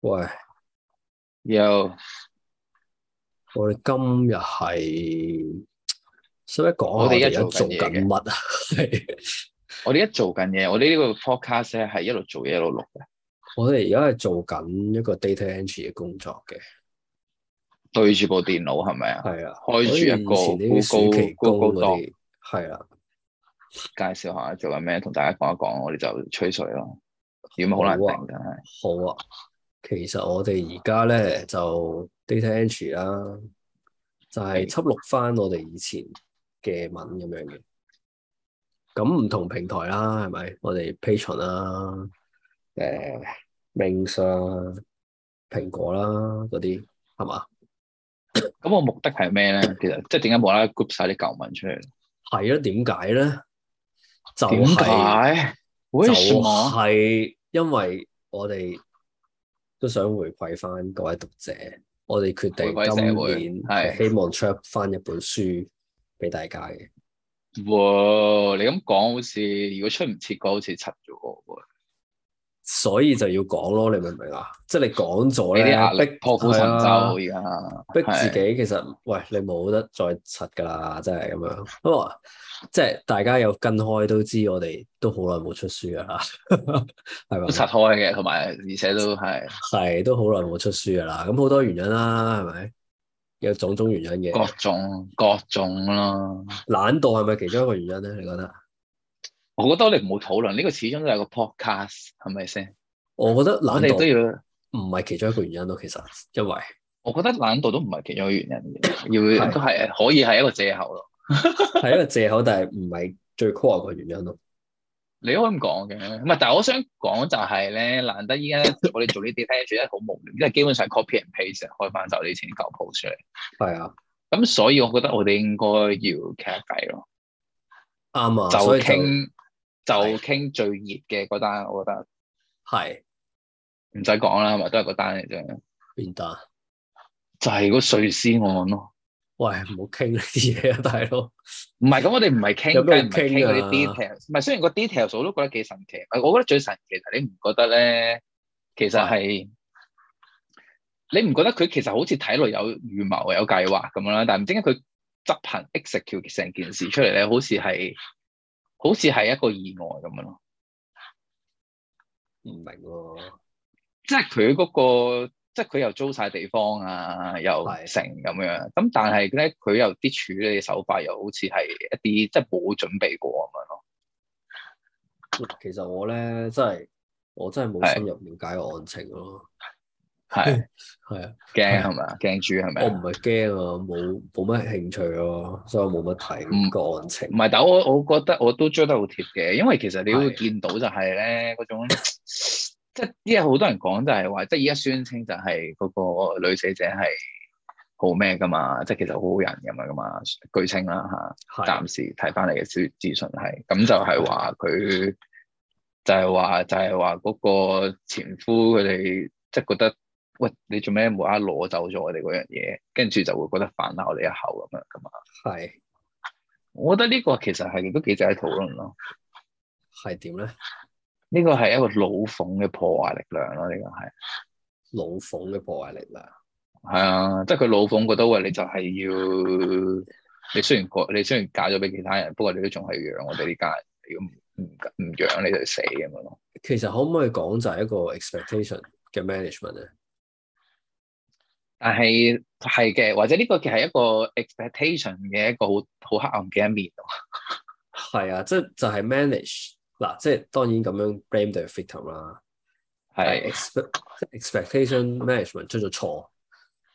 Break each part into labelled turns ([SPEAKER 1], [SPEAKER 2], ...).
[SPEAKER 1] 喂，
[SPEAKER 2] 又
[SPEAKER 1] 我哋今日係使唔使講啊
[SPEAKER 2] 我哋
[SPEAKER 1] 而家
[SPEAKER 2] 而家
[SPEAKER 1] 做
[SPEAKER 2] 做緊嘢
[SPEAKER 1] 緊
[SPEAKER 2] 嘅
[SPEAKER 1] 乜啊？ 係
[SPEAKER 2] 我哋而家做緊嘢，我哋呢個 podcast 咧係一路做嘢一路錄嘅。
[SPEAKER 1] 我哋而家係做緊一個 data entry 嘅工作嘅，
[SPEAKER 2] 對住部電腦係咪啊？
[SPEAKER 1] 係啊，
[SPEAKER 2] 開住一個
[SPEAKER 1] 所以以前啲暑期
[SPEAKER 2] Google
[SPEAKER 1] 工
[SPEAKER 2] Google
[SPEAKER 1] 嗰
[SPEAKER 2] Doc
[SPEAKER 1] 啲係啊啦，
[SPEAKER 2] 介紹下做緊咩，同大家講一講，我哋就吹水咯。如果唔係好難
[SPEAKER 1] 好啊
[SPEAKER 2] 定真係。
[SPEAKER 1] 好啊。其實我哋而家咧就 data entry 啦，就係
[SPEAKER 2] 係
[SPEAKER 1] 輯錄翻我哋以前嘅文咁樣嘅。咁唔同平台啦，係咪？我哋 Patreon 啦，誒、Wings 啦，蘋果啦嗰啲係嘛？
[SPEAKER 2] 咁我目的係咩咧？其實即係點解無啦啦 group 晒啲舊文出嚟？
[SPEAKER 1] 係啊，點解咧？就
[SPEAKER 2] 點
[SPEAKER 1] 係、
[SPEAKER 2] 解？為什
[SPEAKER 1] 就
[SPEAKER 2] 麼？
[SPEAKER 1] 係因為我哋都想回饋翻各位讀者，我哋決定
[SPEAKER 2] 回饋社會
[SPEAKER 1] 今年
[SPEAKER 2] 係
[SPEAKER 1] 係希望出翻一本書俾大家嘅。
[SPEAKER 2] 哇！你咁講好似如果出唔切歌，好似柒咗喎。
[SPEAKER 1] 所以就要講咯，你明唔明啊？即係你講咗
[SPEAKER 2] 你
[SPEAKER 1] 咧，
[SPEAKER 2] 啲壓力
[SPEAKER 1] 逼
[SPEAKER 2] 破釜沉
[SPEAKER 1] 係啊
[SPEAKER 2] 舟而家。
[SPEAKER 1] 逼自己，其實喂，你冇得再柒噶啦，真係咁樣。不過即係大家有跟開都知，我哋都好耐冇出書噶啦， 係咪
[SPEAKER 2] 都？拆開嘅，同埋而且都係
[SPEAKER 1] 係都好耐冇出書噶啦，咁好多原因啦，係咪？有種種原因
[SPEAKER 2] 各
[SPEAKER 1] 嘅，
[SPEAKER 2] 種各種啦。
[SPEAKER 1] 懶惰係咪其中一個原因咧？你覺得？
[SPEAKER 2] 我覺得我哋唔好討論呢、個，始終都係個 podcast，係咪先？
[SPEAKER 1] 我覺得
[SPEAKER 2] 我
[SPEAKER 1] 懶
[SPEAKER 2] 哋都
[SPEAKER 1] 惰
[SPEAKER 2] 要，
[SPEAKER 1] 唔係其中一個原因咯，其實因為
[SPEAKER 2] 我覺得懶惰都唔係其中一個原因嘅，要
[SPEAKER 1] 係
[SPEAKER 2] 都係可以係一個借口咯。
[SPEAKER 1] 係一個藉口，但係唔係最 core 個原因咯。
[SPEAKER 2] 你都可以咁講嘅，唔係，但係我想講就係咧，難得依家我哋做呢啲 page 咧好無聊，因為基本上 copy and paste 開翻就你以前舊 post 出嚟，
[SPEAKER 1] 係啊，
[SPEAKER 2] 咁所以我覺得我哋應該要傾一偈咯，
[SPEAKER 1] 啱啊，
[SPEAKER 2] 就
[SPEAKER 1] 所以就
[SPEAKER 2] 傾就傾最熱嘅嗰單，我覺得
[SPEAKER 1] 係
[SPEAKER 2] 唔使講啦，係咪都係嗰單嚟啫，
[SPEAKER 1] 變單。
[SPEAKER 2] 就係個碎屍案咯。
[SPEAKER 1] 喂，唔好傾呢啲嘢啊，大佬。
[SPEAKER 2] 唔係，咁我哋唔係傾，
[SPEAKER 1] 有
[SPEAKER 2] 梗
[SPEAKER 1] 咩
[SPEAKER 2] 係
[SPEAKER 1] 好
[SPEAKER 2] 唔係傾
[SPEAKER 1] 傾
[SPEAKER 2] 嗰啲
[SPEAKER 1] 啊
[SPEAKER 2] details。唔係，雖然個 details 我都覺得幾神奇，唔係我覺得最神奇，但係你唔覺得咧？其實係你唔覺得佢其實好似睇落有預謀、有計劃咁樣啦，但係唔知點解佢執行 execute 成件事出嚟咧，好似係好似係一個意外咁樣咯。
[SPEAKER 1] 唔明喎，
[SPEAKER 2] 即係佢嗰個，即係佢又租晒地方啊，又
[SPEAKER 1] 係
[SPEAKER 2] 成咁樣。咁但係咧，佢又啲處理手法又好似係一啲即係冇準備過咁樣咯。
[SPEAKER 1] 其實我咧真係我真係冇
[SPEAKER 2] 係
[SPEAKER 1] 深入了解個案情咯。
[SPEAKER 2] 係。
[SPEAKER 1] 係啊，
[SPEAKER 2] 驚係咪啊？驚豬係咪
[SPEAKER 1] 我
[SPEAKER 2] 啊？
[SPEAKER 1] 唔係驚啊，冇冇乜興趣咯，所以我冇乜睇
[SPEAKER 2] 嗯
[SPEAKER 1] 個案情
[SPEAKER 2] 唔。係，但我我覺得我都追得好貼嘅，因為其實你會
[SPEAKER 1] 係
[SPEAKER 2] 見到就係咧嗰種， 即係依家好多人講就係話，即係而家宣稱就係嗰個女死者係好咩噶嘛，即係其實好好人咁樣噶嘛，據稱啦嚇。
[SPEAKER 1] 係
[SPEAKER 2] 暫時睇翻嚟嘅資資訊係，咁就係話佢就係話就係話嗰個前夫佢哋即係覺得，喂你做咩冇啦啦攞走咗我哋嗰樣嘢，跟住就會覺得反咬你一口咁樣噶嘛。
[SPEAKER 1] 係
[SPEAKER 2] 我覺得呢個其實係都幾值得討論咯。
[SPEAKER 1] 係點咧？
[SPEAKER 2] 呢個係一個老馮嘅破壞力量咯，呢個係
[SPEAKER 1] 老馮嘅破壞力量。
[SPEAKER 2] 係啊，即係佢老馮覺得喂，你就係要你雖然個你雖然嫁咗俾其他人，不過你都仲係要養我哋呢家人，如果唔唔唔養你就死咁樣咯。
[SPEAKER 1] 其實可唔可以講就係一個 expectation 嘅 management 咧？
[SPEAKER 2] 但係係嘅，或者呢個其實係一個 expectation 嘅一個好好黑暗嘅一面。
[SPEAKER 1] 係啊，即係就係 manage 嗱，即係當然咁樣 blame the victim 啦。
[SPEAKER 2] 係
[SPEAKER 1] expect expectation management 出咗錯，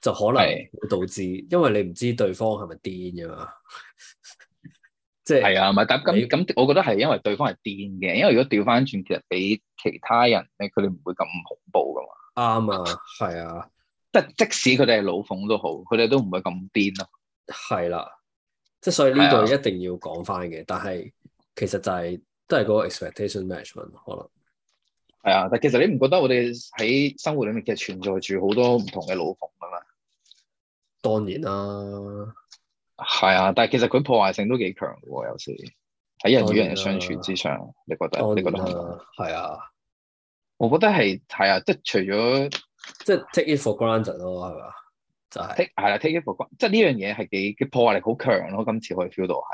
[SPEAKER 1] 就可能
[SPEAKER 2] 係
[SPEAKER 1] 會導致，因為你唔知對方係咪癲噶嘛， 即係
[SPEAKER 2] 係啊，咪但
[SPEAKER 1] 你
[SPEAKER 2] 咁咁，我覺得係因為對方係癲嘅，因為如果調翻轉，其實俾其他人咧，佢哋唔會咁恐怖噶嘛。
[SPEAKER 1] 啱啊，係啊，
[SPEAKER 2] 即係即使佢哋係老馮都好，佢哋都唔會咁癲咯。
[SPEAKER 1] 係啦、即係所以呢度
[SPEAKER 2] 係啊
[SPEAKER 1] 一定要講翻嘅，但係其實就係、都係嗰個 expectation management 可能
[SPEAKER 2] 係啊，但其實你唔覺得我哋喺生活裡面其實存在住好多唔同嘅老馮噶嘛？
[SPEAKER 1] 當然啦，
[SPEAKER 2] 係啊，但係其實佢破壞性都幾強嘅喎，有時喺人與
[SPEAKER 1] 當
[SPEAKER 2] 人嘅
[SPEAKER 1] 然
[SPEAKER 2] 相
[SPEAKER 1] 啦
[SPEAKER 2] 處之啊上，你覺得
[SPEAKER 1] 當
[SPEAKER 2] 你覺
[SPEAKER 1] 然
[SPEAKER 2] 得係咪？
[SPEAKER 1] 啦，係啊，
[SPEAKER 2] 我覺得係係啊，即係除咗
[SPEAKER 1] 即係 take it for granted 咯，係嘛？就係、
[SPEAKER 2] take 係啦，take it for granted，即係呢樣嘢係幾嘅破壞力好強咯。今次可以 feel 到係，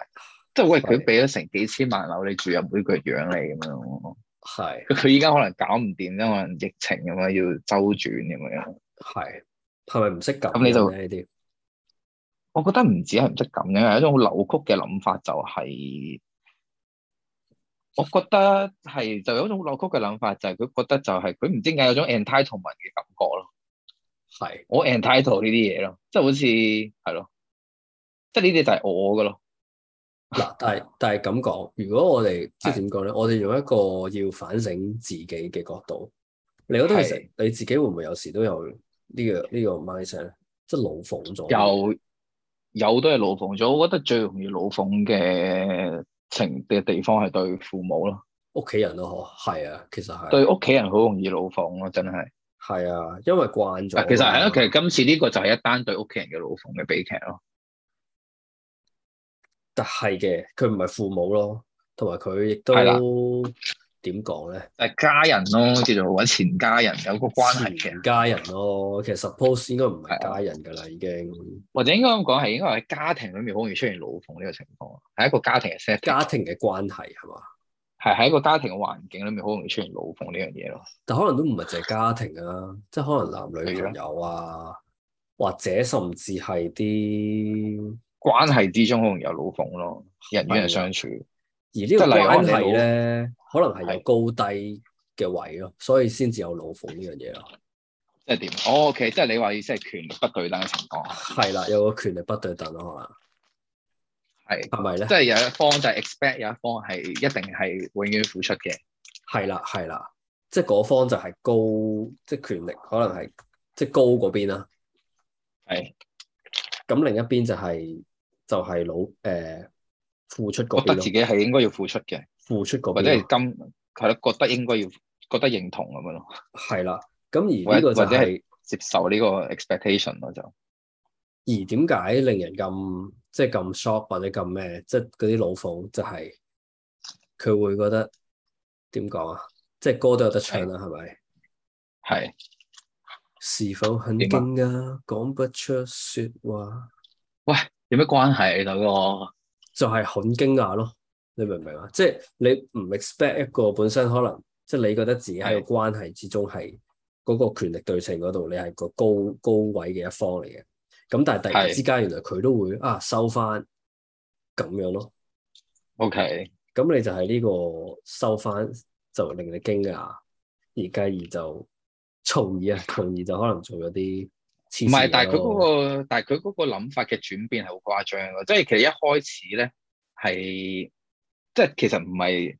[SPEAKER 2] 即係喂佢俾咗成幾千萬樓你住入每個月養你咁樣咯。
[SPEAKER 1] 係
[SPEAKER 2] 佢依家可能搞唔掂，因為可能疫情咁樣要周轉咁樣。
[SPEAKER 1] 係係咪唔識咁
[SPEAKER 2] 咁你就
[SPEAKER 1] 呢啲？
[SPEAKER 2] 我覺得唔止係唔識咁樣，係一種好扭曲嘅諗法，就係、我覺得係就有一種扭曲嘅諗法，就係、佢覺得就係佢唔知點解有種 entitlement 嘅感覺咯。
[SPEAKER 1] 係
[SPEAKER 2] 我 entitle 呢啲嘢咯，即係好似係咯，即係呢啲就係我嘅咯。
[SPEAKER 1] 嗱，但係但係咁講，如果我哋即係
[SPEAKER 2] 係
[SPEAKER 1] 點講咧？我哋用一個要反省自己嘅角度，你覺得其實
[SPEAKER 2] 係
[SPEAKER 1] 你自己會唔會有時都有呢、個呢、個 mindset 咧？即係老馮咗，
[SPEAKER 2] 有有都係老奉咗，我覺得最容易老奉嘅情嘅地方係對父母咯，
[SPEAKER 1] 屋企人咯，嗬，係啊，其實係
[SPEAKER 2] 對屋企人好容易老奉咯，真係。
[SPEAKER 1] 係啊，因為慣咗啦。
[SPEAKER 2] 嗱，其實係咯，其實今次呢個就係一單對屋企人嘅老奉嘅悲劇咯。
[SPEAKER 1] 但係嘅，佢唔係父母咯，同埋佢亦都
[SPEAKER 2] 係啦
[SPEAKER 1] 點講咧？
[SPEAKER 2] 就係家人咯，叫做揾前家人有個關係嘅，
[SPEAKER 1] 前家人咯，其實 suppose 應該唔
[SPEAKER 2] 係
[SPEAKER 1] 係
[SPEAKER 2] 啊
[SPEAKER 1] 家人㗎啦，已經
[SPEAKER 2] 或者應該咁講係應該係家庭裏面好容易出現老奉呢個情況，啊係一個家庭嘅 set，
[SPEAKER 1] 家庭嘅關係係嘛？
[SPEAKER 2] 係喺一個家庭嘅環境裏面好容易出現老奉呢樣嘢咯。
[SPEAKER 1] 但可能都唔係淨係家庭啊，即係可能男女朋友啊，或者甚至係啲
[SPEAKER 2] 關係之中好容易有老奉咯，人與人相處
[SPEAKER 1] 而呢個
[SPEAKER 2] 即係例如可
[SPEAKER 1] 關
[SPEAKER 2] 能你老
[SPEAKER 1] 係咧，可能係有
[SPEAKER 2] 係
[SPEAKER 1] 高低嘅位咯，所以先至有老馮呢樣嘢咯。
[SPEAKER 2] 即係點？哦，OK，即係你話意思係權力不對等嘅情況，
[SPEAKER 1] 係啦，有個權力不對等咯，
[SPEAKER 2] 係
[SPEAKER 1] 可能係咪咧
[SPEAKER 2] 即？係有一方就係 expect 有一方係一定係永遠付出嘅，
[SPEAKER 1] 係啦，係啦，即係嗰方就係高，即係權力可能係即係高嗰邊啦。
[SPEAKER 2] 係
[SPEAKER 1] 咁另一邊就係、就係、老誒、呃付出嗰
[SPEAKER 2] 覺
[SPEAKER 1] 邊
[SPEAKER 2] 得自
[SPEAKER 1] 咯，
[SPEAKER 2] 己係應該要付出嘅，
[SPEAKER 1] 付出嗰
[SPEAKER 2] 或者係
[SPEAKER 1] 邊咯
[SPEAKER 2] 今係咯，覺得應該要覺得認同咁樣咯。
[SPEAKER 1] 係啦。咁而呢
[SPEAKER 2] 或者
[SPEAKER 1] 個就
[SPEAKER 2] 或者
[SPEAKER 1] 係、
[SPEAKER 2] 係接受呢個 expectation 咯，就
[SPEAKER 1] 而點解令人咁即係咁 shock 或者咁咩？即係嗰啲老馮就係、佢會覺得點講啊？即係歌都有得唱啦，係咪？
[SPEAKER 2] 係
[SPEAKER 1] 是否很
[SPEAKER 2] 點啊
[SPEAKER 1] 驚訝，講不出説話，
[SPEAKER 2] 有咩關係兩個？
[SPEAKER 1] 就係很驚訝咯。你明唔明啊？即係你唔 expect 一個本身可能即係你覺得自己喺個關係之中係嗰個權力對稱嗰度，你係個高高位嘅一方嚟嘅。咁但係突然
[SPEAKER 2] 係
[SPEAKER 1] 之間，原來佢都會啊收翻咁樣咯。
[SPEAKER 2] O K，
[SPEAKER 1] 咁你就係呢個收翻就令你驚訝，而繼而就從而啊，從而就可能做咗啲
[SPEAKER 2] 唔
[SPEAKER 1] 黐線嘢咯
[SPEAKER 2] 係，但係佢嗰個，但係佢嗰個諗法嘅轉變係好誇張嘅，即係其實一開始咧係即係其實唔係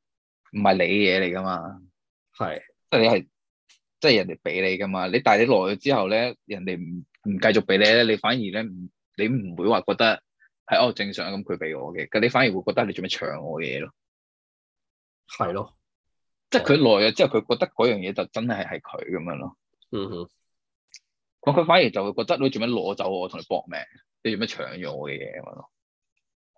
[SPEAKER 2] 唔係你嘢嚟噶嘛，
[SPEAKER 1] 係
[SPEAKER 2] 即係你係即係人哋俾你噶嘛，你但係你耐咗之後咧，人哋唔唔繼續俾你咧，你反而咧唔你唔會話覺得係哦正常咁佢俾我嘅，咁你反而會覺得你做咩搶我嘅嘢咯。
[SPEAKER 1] 係咯，
[SPEAKER 2] 即係佢耐咗之後，佢覺得嗰樣嘢就真係係佢咁樣咯。
[SPEAKER 1] 嗯哼，
[SPEAKER 2] 咁佢反而就會覺得你做咩攞走我，同你搏命，你做咩搶咗我嘅嘢咁樣咯。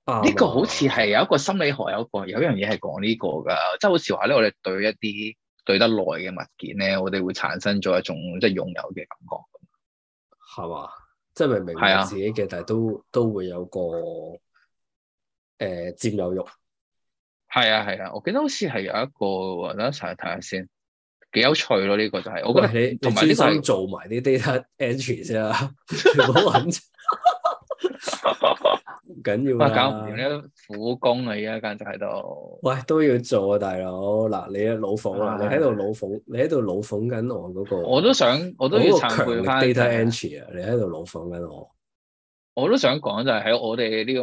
[SPEAKER 1] 啱
[SPEAKER 2] 呢
[SPEAKER 1] 啊
[SPEAKER 2] 個好似係有一個心理學有一個有一樣嘢係講呢個㗎，即係好似話咧，我哋對一啲對得耐嘅物件咧，我哋會產生咗一種即係擁有嘅感覺。
[SPEAKER 1] 係嘛？即係明明唔
[SPEAKER 2] 係啊
[SPEAKER 1] 係自己嘅，但係都都會有個誒、呃、佔有欲，
[SPEAKER 2] 係啊係啊，我記得好似係有一個，我等一陣睇下先，幾有趣咯呢個就係、我 覺
[SPEAKER 1] 喂你
[SPEAKER 2] 得 同
[SPEAKER 1] 你
[SPEAKER 2] 埋呢
[SPEAKER 1] 專
[SPEAKER 2] 個係
[SPEAKER 1] 心做埋啲 data 啊 entry 先啦， 唔好揾唔緊要
[SPEAKER 2] 哇
[SPEAKER 1] 啦。
[SPEAKER 2] 搞唔掂咧，苦工啊！而家簡直喺度，
[SPEAKER 1] 喂，都要做啊，大佬！嗱，你啊老馮啦，你
[SPEAKER 2] 唉
[SPEAKER 1] 喺度老馮，你喺度老馮緊我嗰個，
[SPEAKER 2] 我都想我都要
[SPEAKER 1] 嗰個
[SPEAKER 2] 懺
[SPEAKER 1] 強
[SPEAKER 2] 悔
[SPEAKER 1] 力
[SPEAKER 2] 翻。
[SPEAKER 1] data entry 啊，你喺度老馮緊我，
[SPEAKER 2] 我都想講就係喺我哋呢、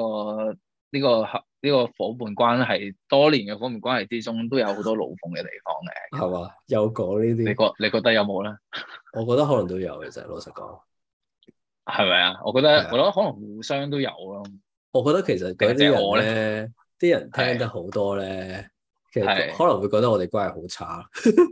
[SPEAKER 2] 個呢、個合呢、個夥伴關係多年嘅夥伴關係之中，都有好多老奉嘅地方嘅。
[SPEAKER 1] 係嘛？有講呢
[SPEAKER 2] 啊你
[SPEAKER 1] 啲，
[SPEAKER 2] 覺你覺得有冇咧？
[SPEAKER 1] 我覺得可能都有嘅，其實老實講，
[SPEAKER 2] 係咪啊？我覺
[SPEAKER 1] 係啊
[SPEAKER 2] 得我覺得可能互相都有咯。
[SPEAKER 1] 我覺得其實嗰
[SPEAKER 2] 定係
[SPEAKER 1] 啲
[SPEAKER 2] 我呢
[SPEAKER 1] 人咧，啲人聽
[SPEAKER 2] 係
[SPEAKER 1] 得好多咧，其實
[SPEAKER 2] 係
[SPEAKER 1] 可能會覺得我哋關係好差，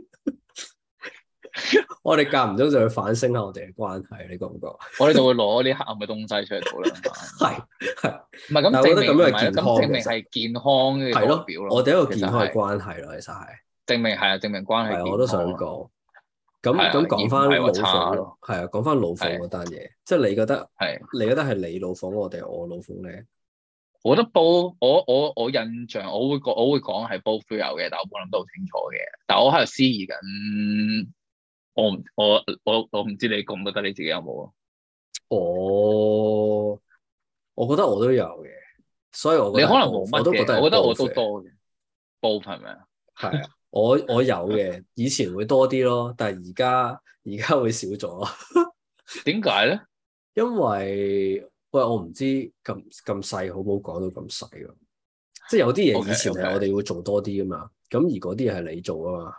[SPEAKER 1] 我哋間唔中就會反省下我哋嘅關係，你覺唔覺？
[SPEAKER 2] 我哋就會攞啲黑暗嘅東西出嚟討論下。
[SPEAKER 1] 係係
[SPEAKER 2] 唔係
[SPEAKER 1] 但
[SPEAKER 2] 咁
[SPEAKER 1] 係我覺
[SPEAKER 2] 證
[SPEAKER 1] 得
[SPEAKER 2] 明
[SPEAKER 1] 咁樣係
[SPEAKER 2] 唔係
[SPEAKER 1] 健康
[SPEAKER 2] 咁證明
[SPEAKER 1] 其實
[SPEAKER 2] 係健康嘅
[SPEAKER 1] 係
[SPEAKER 2] 代
[SPEAKER 1] 咯
[SPEAKER 2] 表，咯。
[SPEAKER 1] 我哋一個
[SPEAKER 2] 其實
[SPEAKER 1] 健康嘅
[SPEAKER 2] 係
[SPEAKER 1] 關係咯，其實係。
[SPEAKER 2] 證明係啊，證明關係
[SPEAKER 1] 係，
[SPEAKER 2] 健康。
[SPEAKER 1] 我都想講，咁
[SPEAKER 2] 係啊
[SPEAKER 1] 咁講翻
[SPEAKER 2] 而唔係
[SPEAKER 1] 老
[SPEAKER 2] 話差
[SPEAKER 1] 鳳
[SPEAKER 2] 咯，
[SPEAKER 1] 係啊，講翻老鳳
[SPEAKER 2] 係
[SPEAKER 1] 嗰單嘢，即係你覺得
[SPEAKER 2] 係
[SPEAKER 1] 你覺得係你老鳳，我哋我老鳳咧？
[SPEAKER 2] 我覺得煲我我我印象，我會講我會講係煲 free 有嘅，但我冇諗到好清楚嘅。但我喺度思疑緊，嗯我唔我我我唔知你覺唔覺得你自己有冇啊？
[SPEAKER 1] 我我覺得我都有嘅，所以我
[SPEAKER 2] 你
[SPEAKER 1] 覺得
[SPEAKER 2] 可能
[SPEAKER 1] 係 both，
[SPEAKER 2] 冇乜
[SPEAKER 1] 我都覺
[SPEAKER 2] 嘅，
[SPEAKER 1] 得
[SPEAKER 2] 我覺得我
[SPEAKER 1] 係
[SPEAKER 2] 都
[SPEAKER 1] both 嘅
[SPEAKER 2] 多嘅，煲係咪啊？
[SPEAKER 1] 係啊，我我有嘅，以前會多啲咯，但係而家 而家會少咗咯，
[SPEAKER 2] 點解咧？
[SPEAKER 1] 因為喂我唔知咁咁細好唔好講到咁細喎，即係有啲嘢
[SPEAKER 2] OK，
[SPEAKER 1] 以前係
[SPEAKER 2] OK
[SPEAKER 1] 我哋會做多啲噶嘛，咁而嗰啲嘢係你做啊嘛，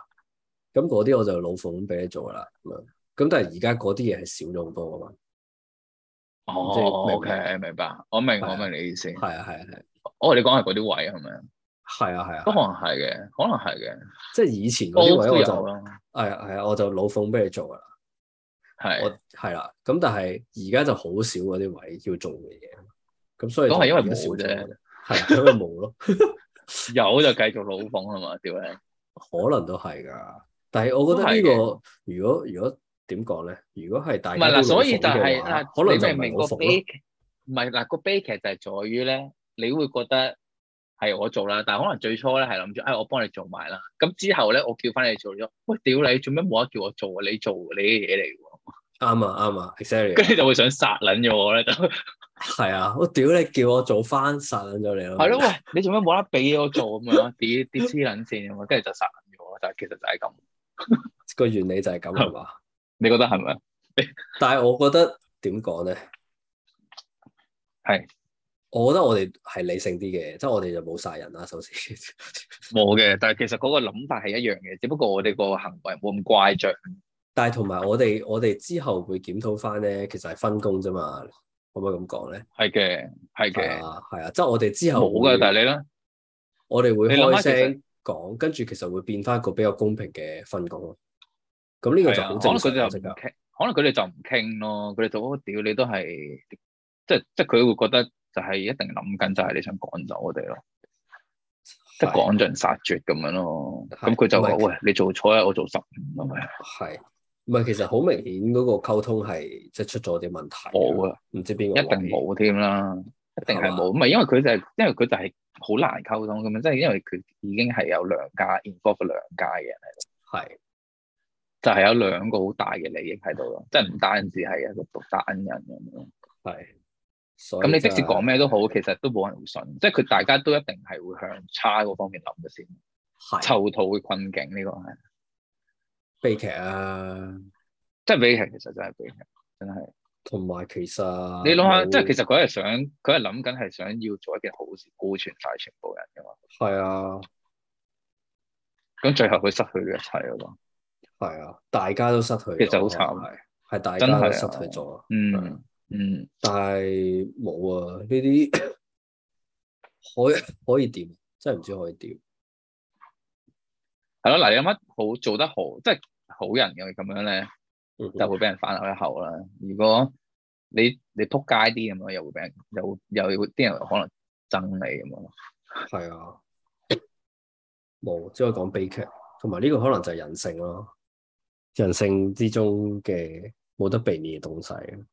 [SPEAKER 1] 咁嗰啲我就老奉咁俾你做啦，咁樣，咁但係而家嗰啲嘢係少咗好多噶嘛，
[SPEAKER 2] 哦
[SPEAKER 1] 即係明白
[SPEAKER 2] ，OK，明白，我明
[SPEAKER 1] 係啊
[SPEAKER 2] 我明你意思。
[SPEAKER 1] 係啊係啊係啊
[SPEAKER 2] 哦，你講係嗰啲位係咪啊？
[SPEAKER 1] 係啊係啊
[SPEAKER 2] 都
[SPEAKER 1] 係
[SPEAKER 2] 可
[SPEAKER 1] 啊，
[SPEAKER 2] 能係嘅，可能係嘅，
[SPEAKER 1] 即係以前嗰
[SPEAKER 2] 煲
[SPEAKER 1] 啲位
[SPEAKER 2] 都
[SPEAKER 1] 我
[SPEAKER 2] 有
[SPEAKER 1] 就係
[SPEAKER 2] 咯，
[SPEAKER 1] 啊係啊，我就老奉俾你做噶啊啦。
[SPEAKER 2] 係
[SPEAKER 1] 我係啦，咁但係而家就好少嗰啲位要做嘅嘢，咁所以
[SPEAKER 2] 都係因為
[SPEAKER 1] 就而家
[SPEAKER 2] 冇
[SPEAKER 1] 少咗
[SPEAKER 2] 啫，
[SPEAKER 1] 係啊因為冇咯，
[SPEAKER 2] 有就繼續老奉啊嘛，屌你！
[SPEAKER 1] 可能都係㗎。但係我覺得呢、個如果如果點講咧，如果係大
[SPEAKER 2] 唔
[SPEAKER 1] 家
[SPEAKER 2] 係
[SPEAKER 1] 都
[SPEAKER 2] 嗱，
[SPEAKER 1] 老
[SPEAKER 2] 所以
[SPEAKER 1] 奉
[SPEAKER 2] 就係
[SPEAKER 1] 嘅話，
[SPEAKER 2] 嗱，
[SPEAKER 1] 可能
[SPEAKER 2] 你
[SPEAKER 1] 就
[SPEAKER 2] 明
[SPEAKER 1] 唔係
[SPEAKER 2] 唔明個
[SPEAKER 1] 好
[SPEAKER 2] 悲劇？唔係嗱，個悲劇就係在於咧，你會覺得係我做啦，但係可能最初咧係諗住，哎，我幫你做埋啦。咁之後咧，我叫翻你做咗，喂，屌你，做咩冇得叫我做啊？你做你嘅嘢嚟喎，
[SPEAKER 1] 啱啊啱啊
[SPEAKER 2] 跟住
[SPEAKER 1] ，exactly
[SPEAKER 2] 就會想殺撚咗我咧， 就係
[SPEAKER 1] 係啊！我屌你叫我做翻殺撚咗你咯，
[SPEAKER 2] 咯，喂，你做咩冇得俾我做咁樣？ 跌跌黐撚線咁樣，跟住就殺撚咗我，就係其實就係咁。
[SPEAKER 1] 個原理就係咁係嘛？
[SPEAKER 2] 你覺得係咪？
[SPEAKER 1] 但係我覺得點講咧？
[SPEAKER 2] 係，
[SPEAKER 1] 我覺得我哋係理性啲嘅，即係我哋就冇殺人啦。首先
[SPEAKER 2] 冇嘅，但係其實嗰個諗法係一樣嘅，只不過我哋個行為冇咁怪罪。
[SPEAKER 1] 但係同埋我哋我哋之後會檢討翻咧，其實係分工啫嘛，可唔可以咁講咧？
[SPEAKER 2] 係嘅，
[SPEAKER 1] 係
[SPEAKER 2] 係嘅，
[SPEAKER 1] 啊，係啊，即係我哋之後
[SPEAKER 2] 冇㗎，
[SPEAKER 1] 會
[SPEAKER 2] 但係你咧。
[SPEAKER 1] 我哋會
[SPEAKER 2] 你諗下
[SPEAKER 1] 開
[SPEAKER 2] 其實
[SPEAKER 1] 聲講，跟住其實會變翻一個比較公平嘅分工咯。咁呢個就
[SPEAKER 2] 係啊
[SPEAKER 1] 好正
[SPEAKER 2] 可
[SPEAKER 1] 常
[SPEAKER 2] 能
[SPEAKER 1] 嘅
[SPEAKER 2] 佢哋
[SPEAKER 1] 即
[SPEAKER 2] 就唔
[SPEAKER 1] 刻
[SPEAKER 2] 傾，可能佢哋就唔傾咯。佢哋就哦屌你都係，即係即係佢會覺得就係一定諗緊就係你想趕走我哋咯，即係
[SPEAKER 1] 係
[SPEAKER 2] 趕盡殺絕咁樣咯。
[SPEAKER 1] 係
[SPEAKER 2] 咁佢就話：
[SPEAKER 1] 唔係
[SPEAKER 2] 喂，你做錯啊，我做十五咁樣。
[SPEAKER 1] 係唔係？其實好明顯嗰個溝通係即係出咗啲問題。
[SPEAKER 2] 冇啊，
[SPEAKER 1] 唔知邊
[SPEAKER 2] 一
[SPEAKER 1] 個
[SPEAKER 2] 定冇添啦，一定係
[SPEAKER 1] 係嘛
[SPEAKER 2] 冇。唔係因為佢就係、因為佢就係好難溝通咁樣，即係因為佢已經係有兩家 involve 兩家嘅人，
[SPEAKER 1] 係
[SPEAKER 2] 就係、有兩個好大嘅利益喺度咯，即係唔單止係一個獨單人咁樣。
[SPEAKER 1] 係。所以
[SPEAKER 2] 咁你即
[SPEAKER 1] 真
[SPEAKER 2] 使
[SPEAKER 1] 係
[SPEAKER 2] 講咩都好，其實都冇人會信，即係佢大家都一定係會向差嗰方面諗嘅先，
[SPEAKER 1] 係
[SPEAKER 2] 囚徒會困境呢個係，
[SPEAKER 1] 悲劇啊，
[SPEAKER 2] 即係悲劇其實真係悲劇，真係。
[SPEAKER 1] 同埋其實
[SPEAKER 2] 你諗下，
[SPEAKER 1] 冇
[SPEAKER 2] 即係其實佢係想，佢係諗緊係想要做一件好事，顧全晒全部人噶嘛。
[SPEAKER 1] 係啊。
[SPEAKER 2] 咁最後佢失去咗一切咯。
[SPEAKER 1] 係啊，大家都失去咗，
[SPEAKER 2] 其實好慘
[SPEAKER 1] 係係大
[SPEAKER 2] 真
[SPEAKER 1] 家
[SPEAKER 2] 係
[SPEAKER 1] 都
[SPEAKER 2] 啊
[SPEAKER 1] 失去咗，係啊
[SPEAKER 2] 嗯嗯，
[SPEAKER 1] 但係冇啊，呢啲 可以可以點？啊真係唔知可以點。
[SPEAKER 2] 係咯。嗱，你諗下，好做得好，即係好人嘅咁樣咧，
[SPEAKER 1] 嗯
[SPEAKER 2] 就會俾人反咬一口啦。如果你你撲街啲咁樣，又會俾人又會又會啲人可能憎你咁樣咯。
[SPEAKER 1] 係啊，冇，只可以講悲劇，同埋呢個可能就係人性咯，人性之中嘅冇得避免嘅東西。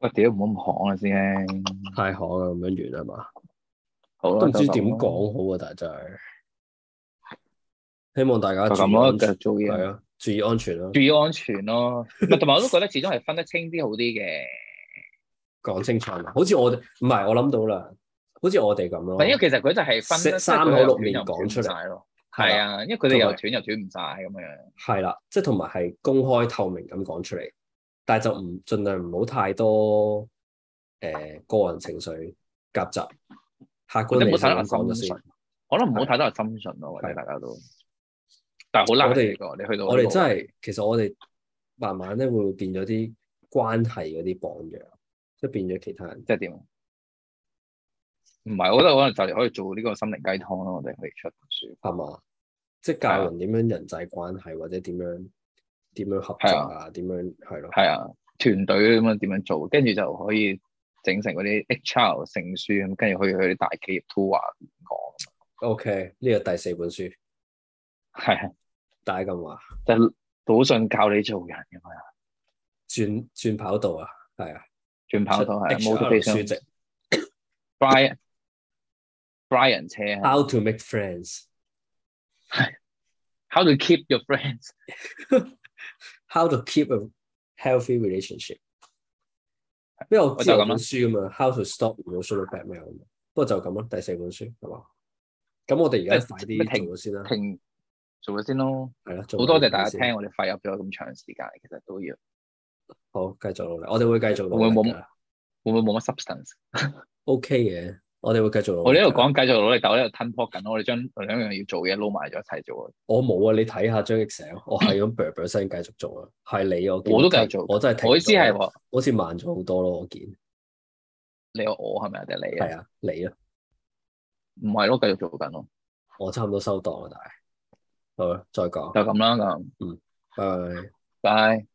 [SPEAKER 2] 喂，屌唔好咁行啦，師兄。
[SPEAKER 1] 太可啦，咁樣完啦嘛，
[SPEAKER 2] 好啦，
[SPEAKER 1] 都唔知
[SPEAKER 2] 就咁
[SPEAKER 1] 點
[SPEAKER 2] 咯，
[SPEAKER 1] 講好啊，但係真係希望大家
[SPEAKER 2] 就
[SPEAKER 1] 啊注
[SPEAKER 2] 咁
[SPEAKER 1] 意
[SPEAKER 2] 咯，
[SPEAKER 1] 安
[SPEAKER 2] 繼
[SPEAKER 1] 全
[SPEAKER 2] 續，做
[SPEAKER 1] 係
[SPEAKER 2] 嘢，
[SPEAKER 1] 啊，注意安全啦，
[SPEAKER 2] 注意安全咯。唔係同埋我都覺得始終係分得清啲好啲嘅，
[SPEAKER 1] 講清楚啦，好似我哋唔係我諗到啦，好似我哋咁
[SPEAKER 2] 唔
[SPEAKER 1] 咯
[SPEAKER 2] 係，因為其實佢就係分得
[SPEAKER 1] 哦三
[SPEAKER 2] 即係佢
[SPEAKER 1] 口
[SPEAKER 2] 又
[SPEAKER 1] 六
[SPEAKER 2] 斷
[SPEAKER 1] 面
[SPEAKER 2] 又
[SPEAKER 1] 講出嚟
[SPEAKER 2] 斷唔晒咯。
[SPEAKER 1] 係
[SPEAKER 2] 係
[SPEAKER 1] 啦，
[SPEAKER 2] 啊，因為佢哋又
[SPEAKER 1] 同埋
[SPEAKER 2] 斷又斷唔晒咁樣。
[SPEAKER 1] 係啦，即係同埋係公開透明咁講出嚟，但係就唔盡量唔好太多誒、呃、個人情緒夾雜，客觀
[SPEAKER 2] 或者唔
[SPEAKER 1] 理
[SPEAKER 2] 好
[SPEAKER 1] 性
[SPEAKER 2] 太多
[SPEAKER 1] 咁講
[SPEAKER 2] 人
[SPEAKER 1] 咗
[SPEAKER 2] 心
[SPEAKER 1] 先
[SPEAKER 2] 信。，可能唔好太多人心信咯，或者
[SPEAKER 1] 係
[SPEAKER 2] 大家都，但係好難
[SPEAKER 1] 我哋
[SPEAKER 2] 嘅喎。你去到
[SPEAKER 1] 我哋真
[SPEAKER 2] 係
[SPEAKER 1] 係其實我哋慢慢咧會變咗啲關係嗰啲榜樣，即係變咗其他人。
[SPEAKER 2] 即係點？啊唔係，我覺得可能就嚟可以做呢個心靈雞湯咯。我哋可以出本書。
[SPEAKER 1] 係嘛？即係教人點樣人際關係，或者點樣點樣合作啊？點樣係咯？
[SPEAKER 2] 係啊，團隊咁樣點樣做，跟住就可以整成嗰啲 HR 證書咁，跟住可以去啲大企業 tour 啊講。
[SPEAKER 1] OK，呢個第四本書，
[SPEAKER 2] 係啊，
[SPEAKER 1] 大家咁話，
[SPEAKER 2] 就賭信教你做人咁樣，
[SPEAKER 1] 轉轉跑道啊，係啊，
[SPEAKER 2] 轉跑道係
[SPEAKER 1] 出 HR 書
[SPEAKER 2] motivation
[SPEAKER 1] 籍
[SPEAKER 2] Brian Brian 車啊
[SPEAKER 1] ，How to make friends，How
[SPEAKER 2] ，How to keep your friends，
[SPEAKER 1] to keep a healthy relationship。因為我知
[SPEAKER 2] 我
[SPEAKER 1] 道
[SPEAKER 2] 就
[SPEAKER 1] 有
[SPEAKER 2] 咁啦
[SPEAKER 1] 本書咁嘛 h o w to stop emotional blackmail 咁樣。不過就咁咯，第四本書係嘛？咁我哋而家快
[SPEAKER 2] 咩停
[SPEAKER 1] 啲做咗先啦，
[SPEAKER 2] 停做咗先咯。
[SPEAKER 1] 係啦，做
[SPEAKER 2] 好
[SPEAKER 1] 咗
[SPEAKER 2] 多
[SPEAKER 1] 呢
[SPEAKER 2] 謝大家
[SPEAKER 1] 本先
[SPEAKER 2] 聽，我哋費入咗咁長時間，其實都要
[SPEAKER 1] 好，繼續努力，我哋會繼續努
[SPEAKER 2] 會
[SPEAKER 1] 力
[SPEAKER 2] 冇
[SPEAKER 1] 㗎
[SPEAKER 2] 會唔會冇乜 substance？
[SPEAKER 1] ，OK 嘅，我哋會繼續努力㗎。
[SPEAKER 2] 我哋喺度講繼續努力，但我喺度吞破緊，我哋將兩樣嘢要做嘅嘢撈埋咗一齊做。
[SPEAKER 1] 我冇啊，你睇下張 Excel，我係咁嘭嘭聲繼續做啊，係你我見
[SPEAKER 2] 我都
[SPEAKER 1] 停
[SPEAKER 2] 繼續做
[SPEAKER 1] 我真係停
[SPEAKER 2] 我意思係
[SPEAKER 1] 咗
[SPEAKER 2] 我
[SPEAKER 1] 好似慢咗好多咯，我見
[SPEAKER 2] 你有我係咪啊？定係你啊？
[SPEAKER 1] 係啊，你啊，
[SPEAKER 2] 唔係咯，繼續做緊咯，
[SPEAKER 1] 我差唔啊多收檔啦，但係好啦，再講，
[SPEAKER 2] 就咁啦咁。
[SPEAKER 1] 拜拜。
[SPEAKER 2] 拜。